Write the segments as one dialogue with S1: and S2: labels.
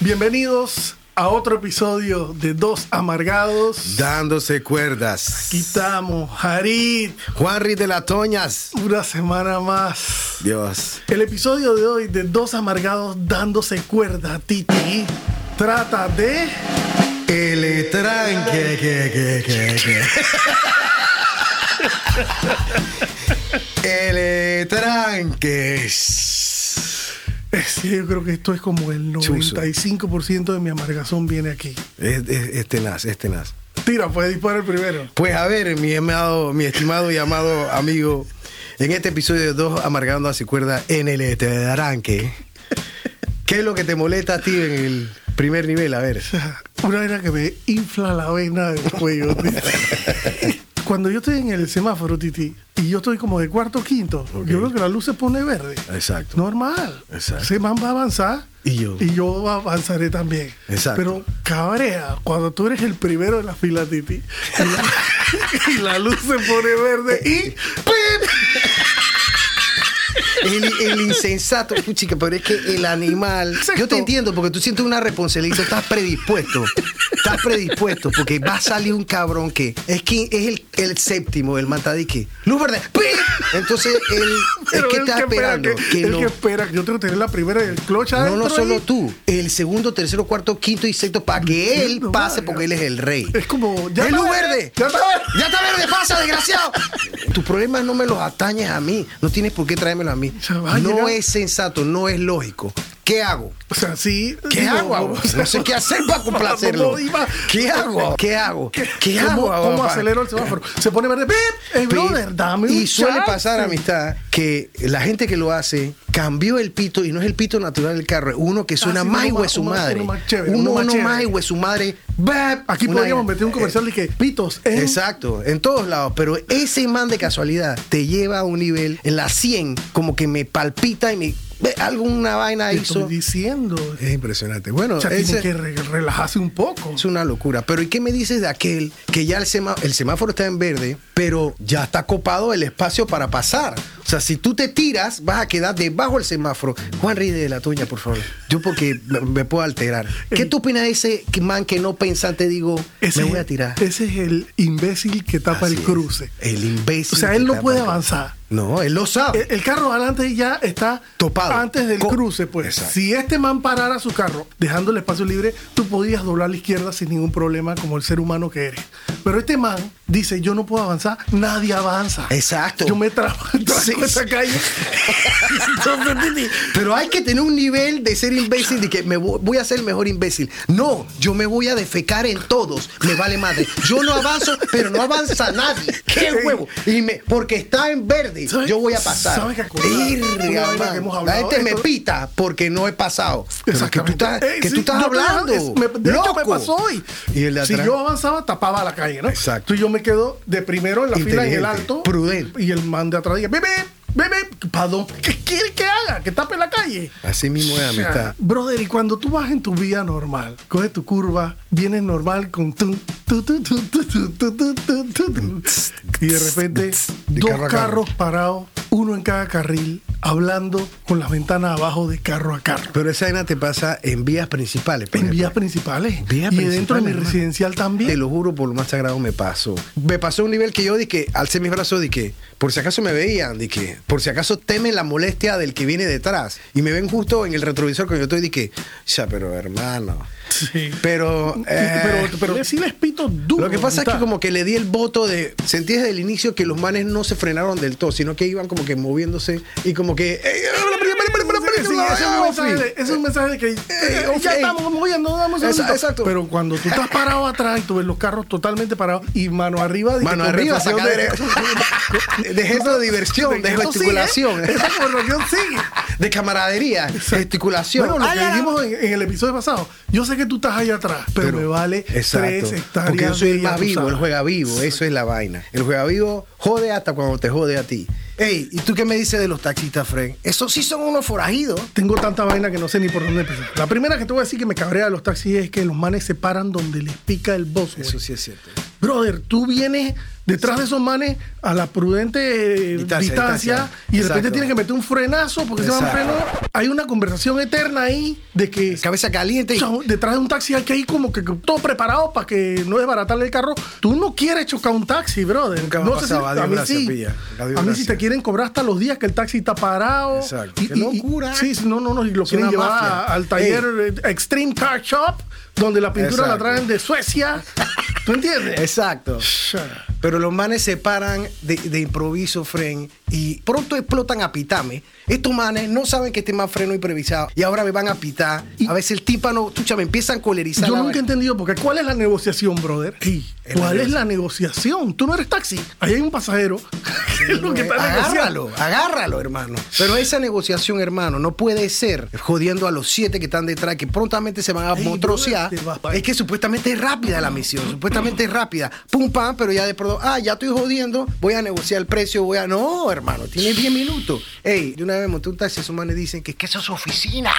S1: Bienvenidos a otro episodio de Dos Amargados.
S2: Dándose cuerdas.
S1: Quitamos, Harit,
S2: Juanri de las Toñas.
S1: una semana más.
S2: Dios.
S1: El episodio de hoy de Dos Amargados dándose cuerda, Titi, trata de...
S2: El tranque, que, que, que, que. El tranque.
S1: Es que yo creo que esto es como el
S2: Chuzo.
S1: 95% de mi amargazón viene aquí.
S2: Es, es- es tenaz, es tenaz.
S1: Tira, puedes disparar primero.
S2: Pues a ver, mi, amado, mi estimado y amado amigo, en este episodio de Dos Amargando a su cuerda en el tranque, ¿qué es lo que te molesta a ti en el primer nivel? A ver.
S1: Una vena que me infla la vena del cuello. Titi. Cuando yo estoy en el semáforo, Titi, y yo estoy como de cuarto o quinto,
S2: Ok.
S1: yo veo que la luz se pone verde.
S2: Exacto.
S1: Normal.
S2: Exacto.
S1: Ese man va a avanzar.
S2: Y yo.
S1: Y yo avanzaré también.
S2: Exacto.
S1: Pero cabrea, cuando tú eres el primero de la fila, Titi, y la, y la luz se pone verde
S2: Eh,
S1: y ¡pip!
S2: El, el insensato, puchica, pero es que el animal.
S1: Exacto.
S2: Yo te entiendo porque tú sientes una responsabilidad, estás predispuesto. Estás predispuesto porque va a salir un cabrón que es que es el, el séptimo, el matadique. Luz verde, ¡pim! Entonces él es
S1: Pero
S2: que
S1: el
S2: está
S1: espera
S2: esperando
S1: que-
S2: que
S1: el
S2: no.
S1: que espera, yo tengo que tener la primera del cloche
S2: No, no
S1: adentro
S2: solo
S1: ahí.
S2: tú, el segundo, tercero, cuarto, quinto y sexto, para que él
S1: Entiendo,
S2: pase
S1: verga.
S2: porque él es el rey.
S1: Es como. ya
S2: ¡Es
S1: está
S2: luz verde!
S1: ¡Ya está verde!
S2: ¡Ya está verde! ¡Pasa, desgraciado! Tus problemas no me los atañes a mí. No tienes por qué traérmelo a mí.
S1: O sea, va a
S2: no
S1: llegar-
S2: es sensato, no es lógico. ¿Qué hago?
S1: O sea, sí.
S2: ¿Qué
S1: digo,
S2: hago? ahora?
S1: o sea,
S2: No sé qué hacer para
S1: no
S2: complacerlo.
S1: podía más.
S2: ¿Qué hago? ¿Qué hago? ¿Qué
S1: ¿Cómo-
S2: hago?
S1: ¿Cómo
S2: papá?
S1: acelero el semáforo? Se pone verde. ¡Pip! ¡Ey, brother, dame un
S2: y suele
S1: chance.
S2: pasar, amistad, que la gente que lo hace cambió el pito y no es el pito natural del carro, es uno que suena
S1: Ah, sí,
S2: más
S1: uno
S2: hijo de
S1: más-
S2: su
S1: uno más-
S2: madre.
S1: uno más chévere,
S2: Uno
S1: uno más
S2: uno
S1: chévere.
S2: más hijo de su madre.
S1: Aquí
S2: Una
S1: podríamos
S2: vaina.
S1: meter un comercial de que pitos. eh, en-
S2: Exacto, en todos lados. Pero ese man de casualidad te lleva a un nivel en la 100, como que me palpita y me. ve, Alguna vaina
S1: Te estoy
S2: hizo.
S1: diciendo.
S2: Es impresionante. Bueno,
S1: O sea, tiene
S2: ese-
S1: que re- relajarse un poco.
S2: es una locura. Pero ¿y qué me dices de aquel que ya el, sema- el semáforo está en verde, pero ya está copado el espacio para pasar? O sea, si tú te tiras, vas a quedar debajo del semáforo. Juan Ríe de la tuña, por favor. Yo porque me, me puedo alterar. ¿Qué tú opinas de ese man que no pensante digo,
S1: Ese-
S2: me voy a tirar?
S1: Ese es el imbécil que tapa
S2: Así
S1: el
S2: es.
S1: cruce.
S2: El imbécil.
S1: O sea,
S2: que
S1: él no
S2: tapa
S1: puede
S2: el cruce.
S1: avanzar. Eh,
S2: No, él lo sabe.
S1: El, el carro adelante ya está
S2: Topado.
S1: Antes del
S2: Co-
S1: cruce, pues.
S2: Exacto.
S1: Si este man parara su carro, dejando el espacio libre, tú podías doblar a la izquierda sin ningún problema, como el ser humano que eres. Pero este man dice: Yo no puedo avanzar, nadie avanza.
S2: Exacto.
S1: Yo me trabajo en
S2: Sí.
S1: esta calle. Entonces, Titi,
S2: Pero hay que tener un nivel de ser imbécil, de que me vo- voy a ser el mejor imbécil. No, yo me voy a defecar en todos. Me vale madre. Yo no avanzo, pero no avanza nadie. ¡Qué huevo! Y me, porque está en verde,
S1: ¿Sabes-
S2: yo voy a pasar.
S1: sabes qué acordaba? Una
S2: Irga,
S1: vaina
S2: man.
S1: que hemos
S2: La
S1: hablado,
S2: gente me
S1: esto-
S2: pita porque no he pasado. Pero que tú
S1: Exactamente.
S2: estás,
S1: Eh,
S2: que
S1: sí,
S2: tú estás
S1: yo te-
S2: hablando.
S1: es- me- de hecho, me
S2: loco.
S1: pasó hoy.
S2: Y el de
S1: si
S2: atrás.
S1: yo avanzaba, tapaba la calle, ¿no?
S2: Exacto.
S1: Tú y yo me quedo de primero en la fila en el
S2: Inteligente,
S1: alto.
S2: prudente.
S1: Y el man de atrás dice, bebé, bebé, ¿para ¿Qué quiere que haga? ¿Que tape la calle?
S2: Así mismo es
S1: O sea,
S2: amistad.
S1: Brother, y cuando tú vas en tu vía normal, coges tu curva, vienes normal con tu, tu, tu, tu, tu, tu, tu, tu, tu, tu, tu. y de repente
S2: De
S1: dos
S2: carro a carro.
S1: carros parados, uno en cada carril, hablando con las ventanas abajo de carro a carro.
S2: Pero esa vaina te pasa en vías principales. por
S1: En
S2: ejemplo.
S1: vías principales.
S2: Vías
S1: y dentro de
S2: principales,
S1: mi
S2: hermano.
S1: residencial también.
S2: Te lo juro, por lo más sagrado me pasó. Me pasó un nivel que yo dije, alcé mis brazos, dije, por si acaso me veían, dije, por si acaso temen la molestia del que viene detrás. Y me ven justo en el retrovisor cuando yo estoy, dije, ya, pero hermano.
S1: Sí.
S2: Pero, eh,
S1: pero, pero sí les pito duro.
S2: lo que pasa es que
S1: está.
S2: como que le di el voto de, sentí desde el inicio que los manes no se frenaron del todo, sino que iban como que moviéndose y como que...
S1: Sí, ese es un mensaje de- ese es un mensaje de que eh,
S2: off,
S1: ya
S2: eh.
S1: estamos moviendo, dame un
S2: Esa-
S1: segundito.
S2: exacto.
S1: Pero cuando tú estás parado atrás y tú ves los carros totalmente parados y mano arriba,
S2: Mano arriba, sacadera. De gesto de diversión, de gesticulación.
S1: Esa conversación sigue.
S2: de camaradería, gesticulación.
S1: Bueno, lo
S2: Ay,
S1: que
S2: ay,
S1: dijimos en, en el episodio pasado, yo sé que tú estás allá atrás, pero, me vale
S2: Exacto.
S1: tres hectáreas.
S2: Porque yo soy el
S1: de
S2: más
S1: yakuza.
S2: vivo, el juega vivo, eso es la vaina. El juega vivo jode hasta cuando te jode a ti. Ey, ¿y tú qué me dices de los taxistas, Fren? Esos sí son unos forajidos.
S1: Tengo tanta vaina que no sé ni por dónde empezar. La primera que te voy a decir que me cabrea de los taxis es que los manes se paran donde les pica el bozo.
S2: sí es cierto.
S1: brother, tú vienes detrás de esos manes a la prudente eh, distancia,
S2: Distancia, distancia.
S1: y de repente
S2: Exacto.
S1: tienes que meter un frenazo porque se van freno.
S2: Exacto.
S1: Hay una conversación eterna ahí de que
S2: Cabeza caliente. y-
S1: chao, detrás de un taxi hay que ir como que todo preparado para que no desbaratarle el carro. Tú no quieres chocar un taxi, brother.
S2: Nunca me ha
S1: no sé si-
S2: pasado. Adiós,
S1: a mí
S2: gracias,
S1: sí.
S2: pilla. Adiós,
S1: a mí sí
S2: gracias.
S1: te quieren cobrar hasta los días que el taxi está parado.
S2: Exacto. ¡Qué locura!
S1: sí, sí, no, no, no. Y lo
S2: Es
S1: quieren
S2: una
S1: llevar
S2: mafia.
S1: a- al taller eh, Extreme Car Shop, donde la pintura la
S2: Exacto.
S1: traen de Suecia. ¿Tú entiendes?
S2: Exacto. Pero los manes se paran de, de improviso, Fren, y pronto explotan a pitame. Estos manes no saben que este man freno improvisado y ahora me van a pitar.
S1: Y-
S2: a veces el tímpano, escucha, me empiezan a colerizar.
S1: Yo
S2: la
S1: nunca he
S2: vaina.
S1: entendido porque cuál es la negociación, brother.
S2: es la
S1: ¿Cuál es la negociación? Tú no eres taxi. Ahí hay un pasajero. que es lo que está negociando.
S2: agárralo, agárralo, hermano. Pero esa negociación, hermano, no puede ser jodiendo a los siete que están detrás, que prontamente se van a
S1: Ey,
S2: motrocear.
S1: brother, te vas pa' ahí.
S2: Es que supuestamente es rápida la misión, supuestamente es rápida. Pum, pam, pero ya de pronto, ah, ya estoy jodiendo, voy a negociar el precio, voy a. No, hermano, tienes 10 minutos. Ey, de una vez me monté un taxi, esos manes dicen que, que eso es su oficina.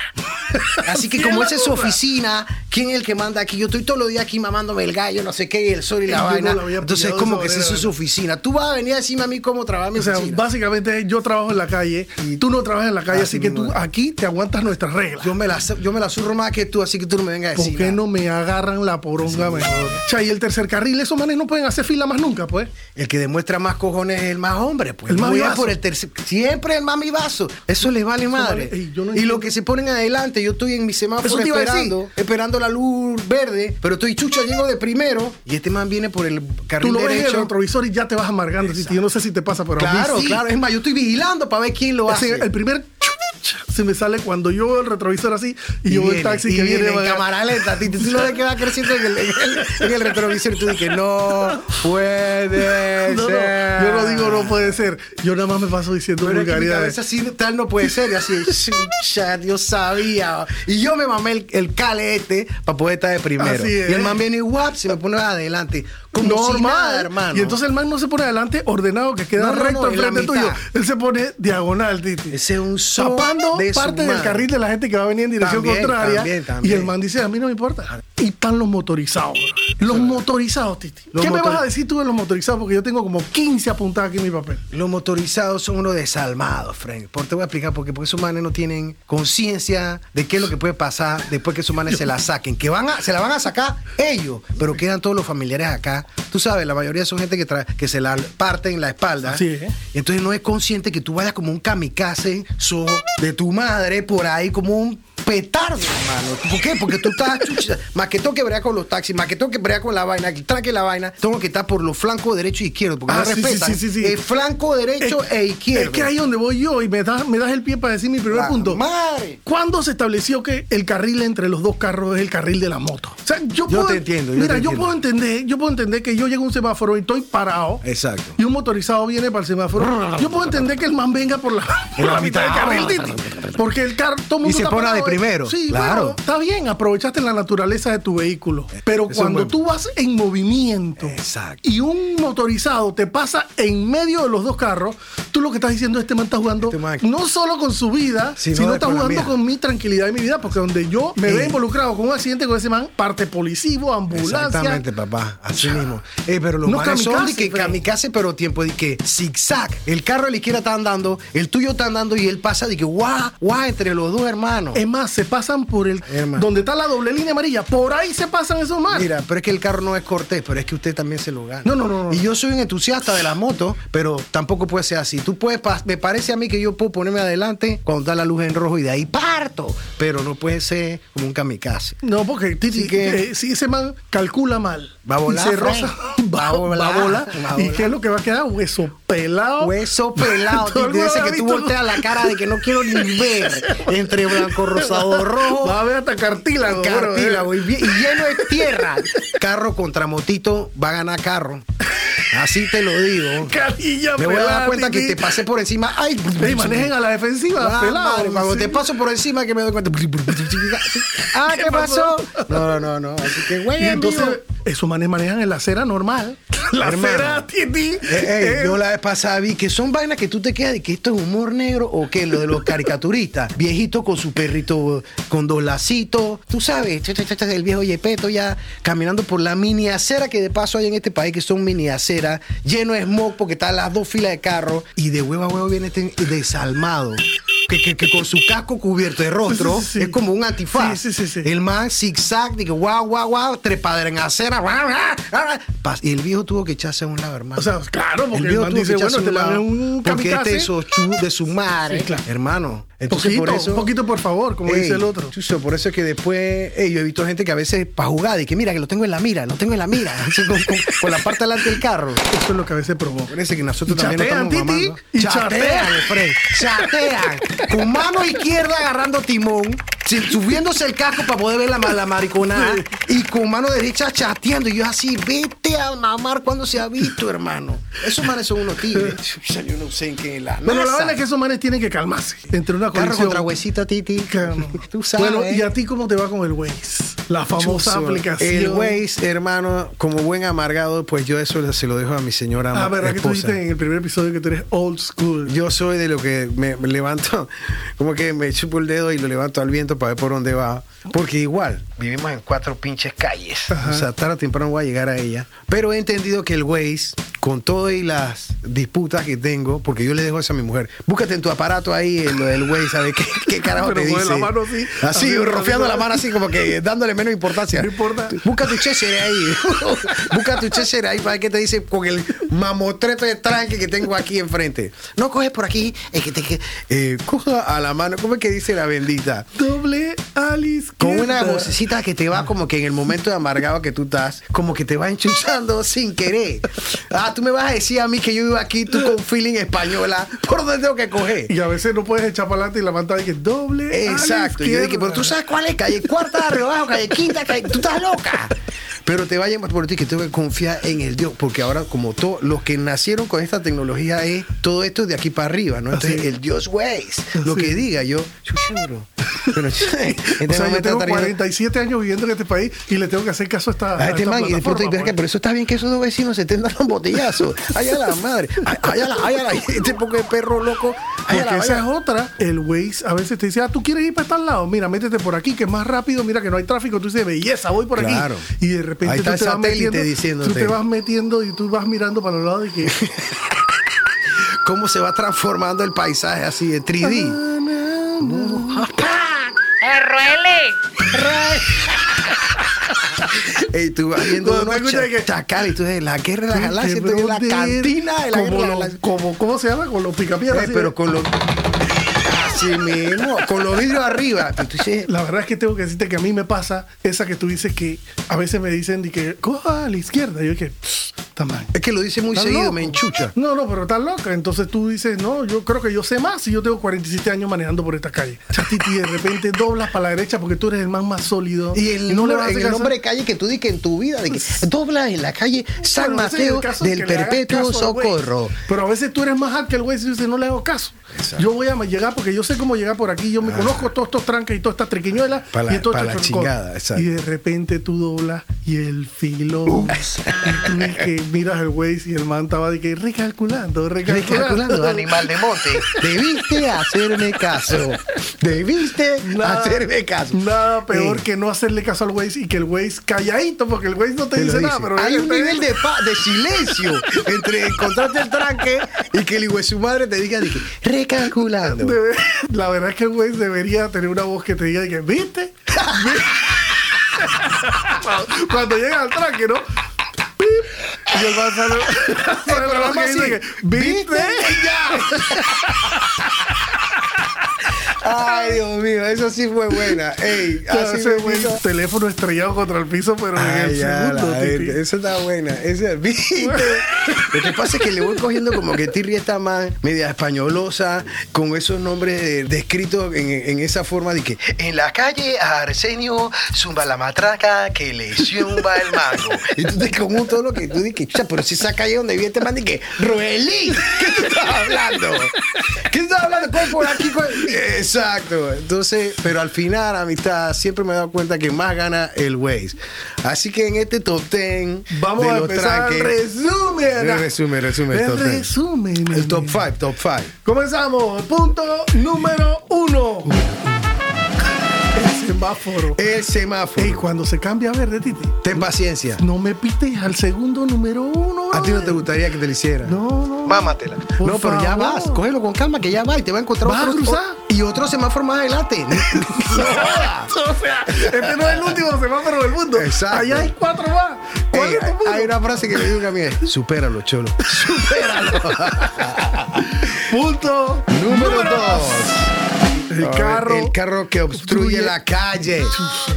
S2: Así que
S1: Sí,
S2: como
S1: es la
S2: esa es su
S1: otra.
S2: oficina, ¿quién es el que manda aquí? Yo estoy todos los días aquí mamándome el gallo, no sé qué, y el sol y la
S1: Yo no
S2: vaina.
S1: la había
S2: Entonces es
S1: pillado
S2: como
S1: esa
S2: que esa
S1: manera,
S2: es su oficina. Tú vas a venir a decirme a mí cómo trabajar mi
S1: O sea,
S2: oficina.
S1: básicamente yo trabajo en la calle,
S2: Y-
S1: tú no trabajas en la calle, así,
S2: Así
S1: que
S2: mismo
S1: tú
S2: es.
S1: aquí te aguantas nuestras reglas.
S2: Yo me la, yo me la zurro más que tú, así que tú no me vengas a
S1: ¿Por
S2: decir.
S1: qué
S2: nada.
S1: no me agarran la poronga mejor? O sea, y el tercer carril, esos manes no pueden hacer fila más nunca, pues.
S2: El que demuestra más cojones es el más hombre, pues.
S1: El
S2: No voy a
S1: mamivazo.
S2: por el tercer. Siempre el mamivazo. Eso les vale madre.
S1: vale- Ey, yo no
S2: y
S1: entiendo.
S2: lo que se ponen adelante, yo estoy en mi
S1: Eso
S2: semáforo
S1: te iba a decir.
S2: esperando, esperando la luz verde, pero estoy chucha, llego de primero y este man viene por el
S1: Tú
S2: carril
S1: lo ves en el
S2: derecho.
S1: retrovisor y ya te vas amargando. así, Yo no sé si te pasa, pero a mí
S2: claro,
S1: sí.
S2: claro. Es más, yo estoy vigilando para ver quién lo
S1: Así,
S2: hace.
S1: el primer chuch se me sale cuando yo veo el retrovisor así y, yo veo el taxi
S2: y
S1: que viene,
S2: en
S1: va-
S2: cámara lenta. Tú tú lo ves que va creciendo en el, en el- en el retrovisor y tú dices, no puede
S1: No, no,
S2: ser.
S1: yo no digo no puede ser. Yo nada más me paso diciendo
S2: Pero es que mi
S1: vulgaridades.
S2: cabeza así tal no puede ser. Y así, ya, yo sabía. Y yo me mamé el, el cale este para poder estar de primero.
S1: Así es.
S2: Y el man viene y guap, se me pone adelante. Como Normal,
S1: normal,
S2: hermano.
S1: Y entonces el man no se pone adelante ordenado, que queda
S2: No, no,
S1: recto
S2: no, en la
S1: enfrente tuyo.
S2: mitad.
S1: Él se pone diagonal, Titi.
S2: Ese es un son
S1: Tapando
S2: de su
S1: parte del
S2: madre.
S1: carril de la gente que va a venir en dirección
S2: También,
S1: contraria.
S2: también, también.
S1: Y el man dice, a mí no me importa. Y están los motorizados. bro. Los motorizados, Titi.
S2: Los
S1: ¿Qué me
S2: motor-
S1: vas a decir tú de los motorizados? Porque yo tengo como 15 apuntadas aquí en mi papel.
S2: Los motorizados son unos desalmados, Frank. Por te voy a explicar por qué. Porque esos manes no tienen conciencia de qué es lo que puede pasar después que esos manes se la saquen. Que van a, se la van a sacar ellos, pero quedan todos los familiares acá. Tú sabes, la mayoría son gente que, tra- que se la parten la espalda.
S1: Así es.
S2: Entonces no es consciente que tú vayas como un kamikaze so, de tu madre por ahí como un petardo, hermano. ¿Por qué? Porque tú estás chucha. Más que tengo que bregar con los taxis, más que tengo que bregar con la vaina, que traque la vaina, tengo que estar por los flancos derecho e izquierdo, porque
S1: Ah,
S2: no
S1: sí, sí,
S2: respetan.
S1: sí, sí, sí.
S2: El flanco derecho
S1: Es-
S2: e izquierdo.
S1: Es que ahí donde voy yo y me das, me das el pie para decir mi primer
S2: La
S1: punto.
S2: madre.
S1: ¿Cuándo se estableció que el carril entre los dos carros es el carril de la moto? O sea, yo, puedo,
S2: te entiendo, yo
S1: mira,
S2: te
S1: yo
S2: entiendo.
S1: puedo entender, yo puedo entender que yo llego a un semáforo y estoy parado.
S2: Exacto.
S1: Y un motorizado viene para el semáforo. Yo puedo entender que el man venga por la, por
S2: la
S1: la mitad del carril,
S2: mitad.
S1: Titi. Porque el carro todo el mundo
S2: se
S1: está
S2: pone de
S1: parado.
S2: primero,
S1: Sí,
S2: claro. Eh,
S1: bueno, está bien, aprovechaste la naturaleza de tu vehículo. Pero
S2: es un
S1: cuando
S2: buen
S1: tú vas en movimiento
S2: Exacto.
S1: y un motorizado te pasa en medio de los dos carros, tú lo que estás diciendo es este man está jugando
S2: Este man-
S1: no solo con su vida,
S2: Sí, no,
S1: sino
S2: de-
S1: está
S2: con la
S1: jugando
S2: mía.
S1: con mi tranquilidad y mi vida, porque donde yo me
S2: Eh.
S1: veo involucrado con un accidente con ese man, parte policivo, ambulancia.
S2: Exactamente, papá. Así mismo. Eh, pero los
S1: No
S2: manes son de
S1: kamikaze,
S2: que
S1: Fred.
S2: kamikaze, pero tiempo de que zigzag. El carro de la izquierda está andando, el tuyo está andando y él pasa de que guau, guau, entre los dos hermanos.
S1: Es más, se pasan por el.
S2: Hermano.
S1: Donde está la doble línea amarilla, por ahí se pasan esos manes.
S2: Mira, pero es que el carro no es cortés, pero es que usted también se lo gana.
S1: No, no, no, no.
S2: Y yo soy un entusiasta de las motos, pero tampoco puede ser así. Tú puedes, pas- me parece a mí que yo puedo ponerme adelante cuando da la luz en rojo y de ahí parto, pero no puede ser como un kamikaze.
S1: No, porque Titi,
S2: Así que-
S1: eh, si ese man calcula mal
S2: Va a volar,
S1: y se
S2: Frank.
S1: roza,
S2: Va
S1: va,
S2: a volar,
S1: va a volar.
S2: va a
S1: ¿Y
S2: volar.
S1: qué es lo que va a quedar? Hueso pelado.
S2: Hueso pelado,
S1: Todo el
S2: de ese
S1: mundo
S2: que
S1: ha
S2: tú
S1: visto-
S2: volteas la cara de que no quiero ni ver entre blanco, rosado, rojo.
S1: Va a ver hasta cartílago. bro,
S2: Cartílago
S1: eh.
S2: y, bien- y lleno de tierra. Carro contra motito va a ganar carro. Así te lo digo.
S1: Carilla
S2: Me voy a
S1: pelada,
S2: dar cuenta que
S1: Titi.
S2: te pasé por encima. Ay,
S1: Ey, manejen a la defensiva,
S2: Ah,
S1: pelado.
S2: madre, cuando
S1: sí.
S2: te paso por encima que me doy cuenta. ah, ¿qué,
S1: ¿Qué pasó?
S2: pasó? No, no, no, no. Así que, güey,
S1: Y entonces Esos manes manejan en la acera normal. La
S2: Hermano.
S1: acera Titi.
S2: Ey,
S1: eh,
S2: yo la vez pasada vi que son vainas que tú te quedas de que esto es humor negro o que lo de los caricaturistas. Viejito con su perrito con dos lacitos. Tú sabes, cha, cha, cha, cha, el viejo Yepeto ya caminando por la mini acera que de paso hay en este país, que son mini aceras, lleno de smog porque están las dos filas de carro. Y de huevo a huevo viene este desalmado. Que, que- que con su casco cubierto de rostro
S1: Sí, sí, sí.
S2: es como un antifaz.
S1: Sí, sí, sí, sí.
S2: El man zigzag, de que guau, guau, guau, trepadera en acera. guau, guau, guau. Pas- Y el viejo tuvo que echarse a un lado, hermano.
S1: O sea, claro, porque el,
S2: El viejo
S1: man
S2: tuvo
S1: dice,
S2: que echarse
S1: bueno, te
S2: un
S1: mandé
S2: lado,
S1: un
S2: Porque este
S1: kamikaze.
S2: es ochu de su madre.
S1: Sí, claro.
S2: Hermano. Entonces,
S1: Poquito,
S2: por eso,
S1: poquito por favor, como
S2: Ey,
S1: dice el otro.
S2: chuzo, por eso es que después ey, yo he visto gente que a veces para jugar y que mira, que lo tengo en la mira, lo tengo en la mira. Así con, con- con la parte delante del carro.
S1: Eso es lo que a veces provoca.
S2: Parece que nosotros
S1: Y
S2: también
S1: chatean,
S2: nos estamos
S1: Titi,
S2: mamando.
S1: y
S2: chatean,
S1: chatean.
S2: Fred. Chatean. Con mano izquierda agarrando timón, si- subiéndose el casco para poder ver la, ma- la mariconada. Y con mano derecha chateando. Y yo así, vete a mamar cuando se ha visto, hermano. Esos manes son unos tigres. Chucha, Yo no sé en qué la
S1: Bueno, la
S2: NASA.
S1: verdad es que esos manes tienen que calmarse. Entre una
S2: Carro
S1: colección.
S2: contra huesita, Titi.
S1: Claro.
S2: Tú sabes. eh.
S1: Bueno, ¿y a ti cómo te va con el Waze? La famosa
S2: Chuzo,
S1: aplicación.
S2: El Waze, hermano, como buen amargado, pues yo eso se lo dejo a mi señora
S1: Ah,
S2: ma-
S1: verdad que tú
S2: esposa.
S1: dijiste en el primer episodio que tú eres old school.
S2: Yo soy de lo que me, me levanto, como que me chupo el dedo y lo levanto al viento para ver por dónde va. Porque igual, vivimos en cuatro pinches calles. O sea, tarde o temprano voy a llegar a ella. Pero he entendido que el Waze, con todo y las disputas que tengo, porque yo le dejo eso a mi mujer, búscate en tu aparato ahí en lo del Waze, a ver qué, qué carajo
S1: Pero
S2: te
S1: con
S2: dice.
S1: la mano así,
S2: Así,
S1: así,
S2: rofeando
S1: así.
S2: la mano así, como que dándole menos importancia.
S1: No importa.
S2: Busca tu cheshire ahí. Busca tu cheshire ahí para ver qué te dice con el mamotreto de tranque que tengo aquí enfrente. No coges por aquí. eh, que te, que- eh, coja a la mano. ¿Cómo es que dice la bendita?
S1: Doble Alice.
S2: Con una vocecita que te va como que en el momento de amargado que tú estás, como que te va enchuchando sin querer. Ah, tú me vas a decir a mí que yo vivo aquí, tú con feeling española, ¿por dónde tengo que coger?
S1: Y a veces no puedes echar para adelante y la pantalla que doble.
S2: Exacto. Y yo dije, pero tú sabes cuál es, calle cuarta, arriba abajo, calle quinta, calle... tú estás loca. Pero te vayas por ti que tengo que confiar en el Dios, porque ahora como todos los que nacieron con esta tecnología es todo esto de aquí para arriba, ¿no? Entonces
S1: Así es.
S2: el Dios Waze, lo
S1: Así
S2: que
S1: es. este
S2: diga yo, yo lloro. Pero Este
S1: O sea, yo tengo
S2: trataría-
S1: 47 años viviendo en este país y le tengo que hacer caso a esta.
S2: a este
S1: esta
S2: man, y de pronto,
S1: plataforma,
S2: y verga,
S1: pues.
S2: pero eso está bien que esos dos vecinos se tendan un botellazo. Ay, a la madre. Ay, ay, a la, ay, a la, este poco de perro loco. Ay, a la,
S1: Porque
S2: ay, a
S1: esa es otra. El Waze a veces te dice, ah, tú quieres ir para tal lado. Mira, métete por aquí, que es más rápido. Mira que no hay tráfico. Tú dices, belleza, voy por
S2: Claro.
S1: aquí. Y de repente
S2: Ahí
S1: tú
S2: está el
S1: te vas
S2: satélite
S1: metiendo.
S2: diciéndote.
S1: Tú te vas metiendo y tú vas mirando para los lados y que.
S2: cómo se va transformando el paisaje así de 3D.
S3: ¡Eh, Roele!
S2: Y tú vas viendo
S1: Cuando te
S2: unos
S1: escuchas
S2: cha-
S1: que-
S2: chacales, y tú dices, la guerra de la galaxia,
S1: Este
S2: tú en la
S1: brother,
S2: cantina de la guerra
S1: como
S2: de la
S1: lo-
S2: galaxia.
S1: como- ¿Cómo se llama? Con los picapiedras.
S2: Eh,
S1: así
S2: Pero
S1: de-
S2: con los... Así mismo, con los vidrios arriba. Y tú dices,
S1: La verdad es que tengo que decirte que a mí me pasa esa que tú dices que a veces me dicen de que coja a la izquierda. Yo que está mal.
S2: es que lo dice muy
S1: ¿Estás
S2: seguido,
S1: loco?
S2: me enchucha.
S1: No, no, pero estás loca. Entonces tú dices, no, yo creo que yo sé más y yo tengo 47 años manejando por esta calle. Chatiti, de repente doblas para la derecha porque tú eres el más más sólido.
S2: Y el,
S1: no le
S2: número-
S1: vas a
S2: en
S1: hacer
S2: el
S1: caso. Pues,
S2: nombre de calle que tú di que en tu vida, de que doblas en la calle San
S1: Bueno, ese es el
S2: Mateo
S1: caso
S2: del
S1: que le hagas
S2: Perpetuo
S1: caso al güey.
S2: Socorro.
S1: Pero a veces tú eres más hard que el güey y dices, no le hago caso. Yo voy a llegar porque yo sé cómo llegar por aquí, yo me conozco todos estos tranques y todas estas triquiñuelas.
S2: Ah. Pa' la-
S1: y todo
S2: pa'
S1: este
S2: la
S1: chorcón".
S2: chingada, exacto.
S1: Y de repente tú doblas y el filo. Y tú dices que miras el güey y el man estaba de que recalculando, recalculando.
S2: Recalculando, animal de monte. Debiste hacerme caso. Debiste
S1: Nada-
S2: hacerme caso.
S1: Nada peor
S2: Eh,
S1: que no hacerle caso al Waze y que el Waze calladito, porque el Waze no te,
S2: te lo
S1: dice, nada.
S2: dice.
S1: Pero
S2: Hay
S1: él
S2: un
S1: está
S2: nivel
S1: ahí.
S2: de, pa- de silencio entre encontrarte el tranque y que el hijo de su madre te diga, dije, recalculando.
S1: Debe- La verdad es que el Waze debería tener una voz que te diga, de que, ¿viste? Cuando- Cuando llega al tranque, ¿no? Pip. Y el man sale- sale
S2: Pero
S1: la
S2: ¿cómo
S1: boca y
S2: así?
S1: dice que, ¿Viste?
S2: ¡Ya! Ay, Dios mío, eso sí fue buena. Ey, así
S1: Ese
S2: me
S1: güey,
S2: gusta.
S1: teléfono estrellado contra el piso, pero en el
S2: Ay, ya, la
S1: segundo.
S2: verga.
S1: Titi.
S2: Eso está buena. Ese, ¿viste? Lo que pasa es que le voy cogiendo como que Tirri está más media españolosa, con esos nombres de- descritos en, en esa forma de que en la calle a Arsenio zumba la matraca que le zumba el mango. Y tú te con un tono que tú dices, chucha, pero si esa calle donde vive este man, de que, Roelí, ¿qué tú estás hablando? ¿Qué tú estás hablando? ¿Cómo por aquí? ¿Cómo? Eh, Exacto. Entonces, pero al final, amistad, siempre me he dado cuenta que más gana el Waze. Así que en este top 10
S1: Vamos
S2: de
S1: a
S2: los
S1: empezar el
S2: tranques-
S1: resumen.
S2: El resumen, resumen,
S1: El
S2: top ten.
S1: resumen.
S2: el top 5, top 5.
S1: Comenzamos. Punto número uno. El semáforo.
S2: El semáforo.
S1: Ey, cuando se cambia a verde, Titi,
S2: Ten paciencia.
S1: no me pites al segundo número uno.
S2: A ti no te
S1: brother.
S2: gustaría que te lo hiciera.
S1: No, no.
S2: Mámatela.
S1: Por
S2: no, pero ya
S1: favor.
S2: vas. Cógelo con calma, que ya va y te va a encontrar
S1: ¿Vas a
S2: otro.
S1: cruzar?
S2: Y otro semáforo más adelante. No jodas.
S1: O sea, este no es el último semáforo del mundo.
S2: Exacto. Eh,
S1: Allá hay cuatro más. ¿Cuál
S2: Ey,
S1: es tu
S2: hay-
S1: mundo?
S2: hay una frase que me dijo un amigo: supéralo, cholo. Supéralo.
S1: Punto
S2: Número dos.
S1: El carro.
S2: El carro que obstruye
S1: obstruye-
S2: la calle.
S1: Ese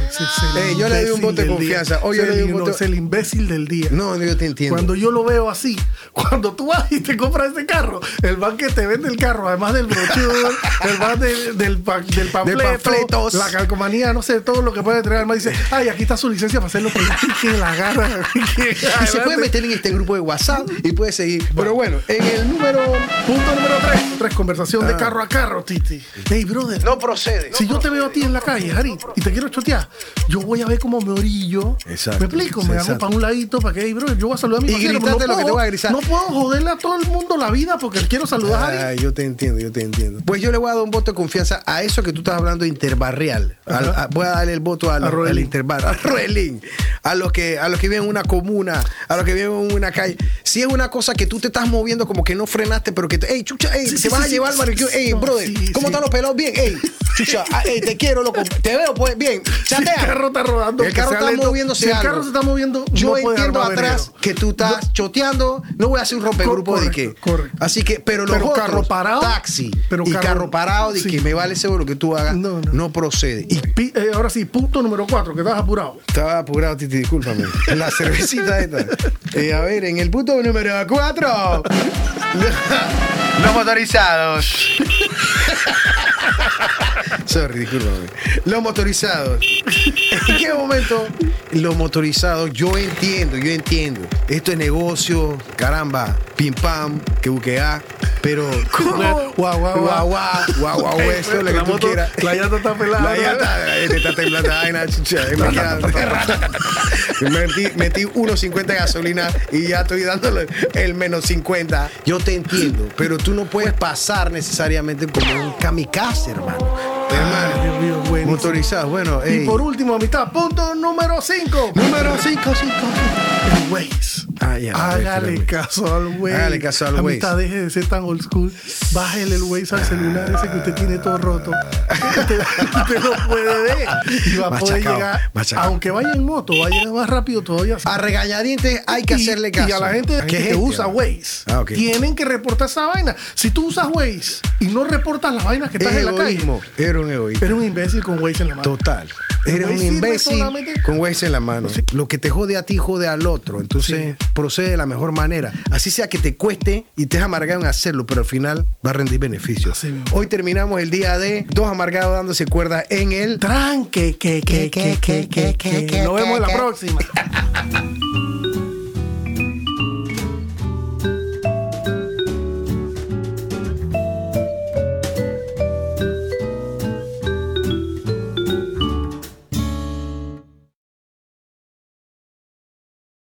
S1: es el
S2: Ey, yo le doy un
S1: imbécil
S2: voto de
S1: del
S2: confianza.
S1: día.
S2: Hoy yo le doy un
S1: No,
S2: voto-
S1: Es el imbécil del día.
S2: No, no, yo te entiendo.
S1: Cuando yo lo veo así, cuando tú vas y te compras ese carro, el man que te vende el carro, además del brochure, el man del, del, pa- del panfleto,
S2: panfletos.
S1: la calcomanía, no sé, todo lo que puede traer, el man dice, ay, aquí está su licencia para hacerlo, pero que la gana.
S2: y se puede meter en este grupo de WhatsApp y puede seguir. Pero bueno, en el número.
S1: Punto número 3. conversación
S2: Ah.
S1: de carro a carro, Titi. Hey, brother.
S2: No procede.
S1: Si yo te veo a ti en la calle, Harry, y te quiero chotear, yo voy a ver cómo me orillo.
S2: Exacto,
S1: Me explico, me hago
S2: exacto.
S1: para un ladito para que, hey, brother, yo voy a saludar a mi
S2: Y
S1: parcero, pero
S2: grítate lo que te voy a gritar.
S1: No puedo joderle a todo el mundo la vida porque quiero saludar a Harry.
S2: Ah, yo te entiendo, yo te entiendo. Pues yo le voy a dar un voto de confianza a eso que tú estás hablando interbarrial. Al-
S1: Ajá.
S2: a- voy a darle el voto al,
S1: A Roelín.
S2: al interbar, a Roelín, a los que a los que viven en una comuna, a los que viven en una calle. Si es una cosa que tú te estás moviendo como que no frenaste, pero que te, ey, chucha, ey,
S1: Sí,
S2: te
S1: sí,
S2: vas
S1: sí,
S2: a
S1: sí, sí,
S2: llevar al barbecue,
S1: sí,
S2: ey,
S1: no,
S2: brother,
S1: sí,
S2: ¿cómo
S1: sí.
S2: están los pelados bien? Ey, chucha, ah, ey, te quiero, loco, te veo pues bien.
S1: Si
S2: Chatea.
S1: el carro está rodando,
S2: El carro
S1: que sea
S2: está
S1: lento.
S2: moviéndose
S1: Si el
S2: algo.
S1: carro se está moviendo, no
S2: yo
S1: puede
S2: entiendo
S1: armar
S2: atrás
S1: veneno.
S2: que tú estás choteando, no voy a hacer un rompegrupo de
S1: Correcto,
S2: que.
S1: correcto.
S2: Así que, pero los
S1: Pero
S2: otros,
S1: carro parado,
S2: taxi
S1: pero
S2: y carro,
S1: carro-
S2: parado, de
S1: sí.
S2: que me vale seguro lo que tú hagas, no,
S1: No, no.
S2: procede. Y
S1: Pi- eh, ahora sí, punto número 4, que estás apurado.
S2: estaba apurado, Titi, discúlpame. La cervecita esta. Eh, a ver, en el punto número 4. Los motorizados. Sorry, discúlpame. Los motorizados. ¿En qué momento? Los motorizados, yo entiendo, yo entiendo. Esto es negocio, caramba, pim pam, que buquea. Pero,
S1: Guau, guau, guau.
S2: Guau, guau, guau, guau,
S1: Ey,
S2: eso es lo que
S1: Eh, la
S2: tú
S1: moto-
S2: quieras.
S1: la llanta está pelada,
S2: La
S1: ¿no?
S2: llanta eh, está temblando, ay, na, chucha, eh, me queda- Metí, metí 1.50 de gasolina y ya estoy dándole el menos 50. Yo te entiendo, pero tú no puedes pasar necesariamente como un kamikaze, hermano.
S1: Ay, Dios mío, buenísimo.
S2: motorizado, bueno.
S1: Ah. Y por último, amistad, punto número 5.
S2: número 5, 5.
S1: El Waze.
S2: Ah, ya,
S1: Hágale
S2: espérame.
S1: caso al Waze.
S2: Hágale caso al
S1: Amistad,
S2: Waze.
S1: deje de ser tan old school. Bájele el Waze al celular ese que usted tiene todo roto. Usted, usted no puede ver. Y va a poder
S2: Machacao,
S1: llegar.
S2: machacao.
S1: Aunque vaya en moto, va a llegar más rápido todavía.
S2: A regañadientes hay que
S1: Y-
S2: hacerle caso.
S1: Y a la gente
S2: ¿Qué
S1: que
S2: gente,
S1: usa
S2: hermano?
S1: Waze.
S2: Ah, ok.
S1: Tienen que reportar esa vaina. Si tú usas Waze y no reportas las vainas que estás en la calle,
S2: Egoísmo, Era un egoísmo.
S1: eres un imbécil con Waze en la mano.
S2: Total. Eres
S1: Güey,
S2: un
S1: sirve
S2: imbécil
S1: solamente-
S2: con Waze en la mano. Lo que te jode a ti, jode al otro. Entonces, procede de la mejor manera. Así sea que te cueste y te amargado en hacerlo, pero al final va a rendir beneficios.
S1: Así mismo.
S2: Hoy terminamos el día de dos amargados dándose cuerda en el
S1: Tranque, que, que, que, que, que, que. Nos vemos en la próxima.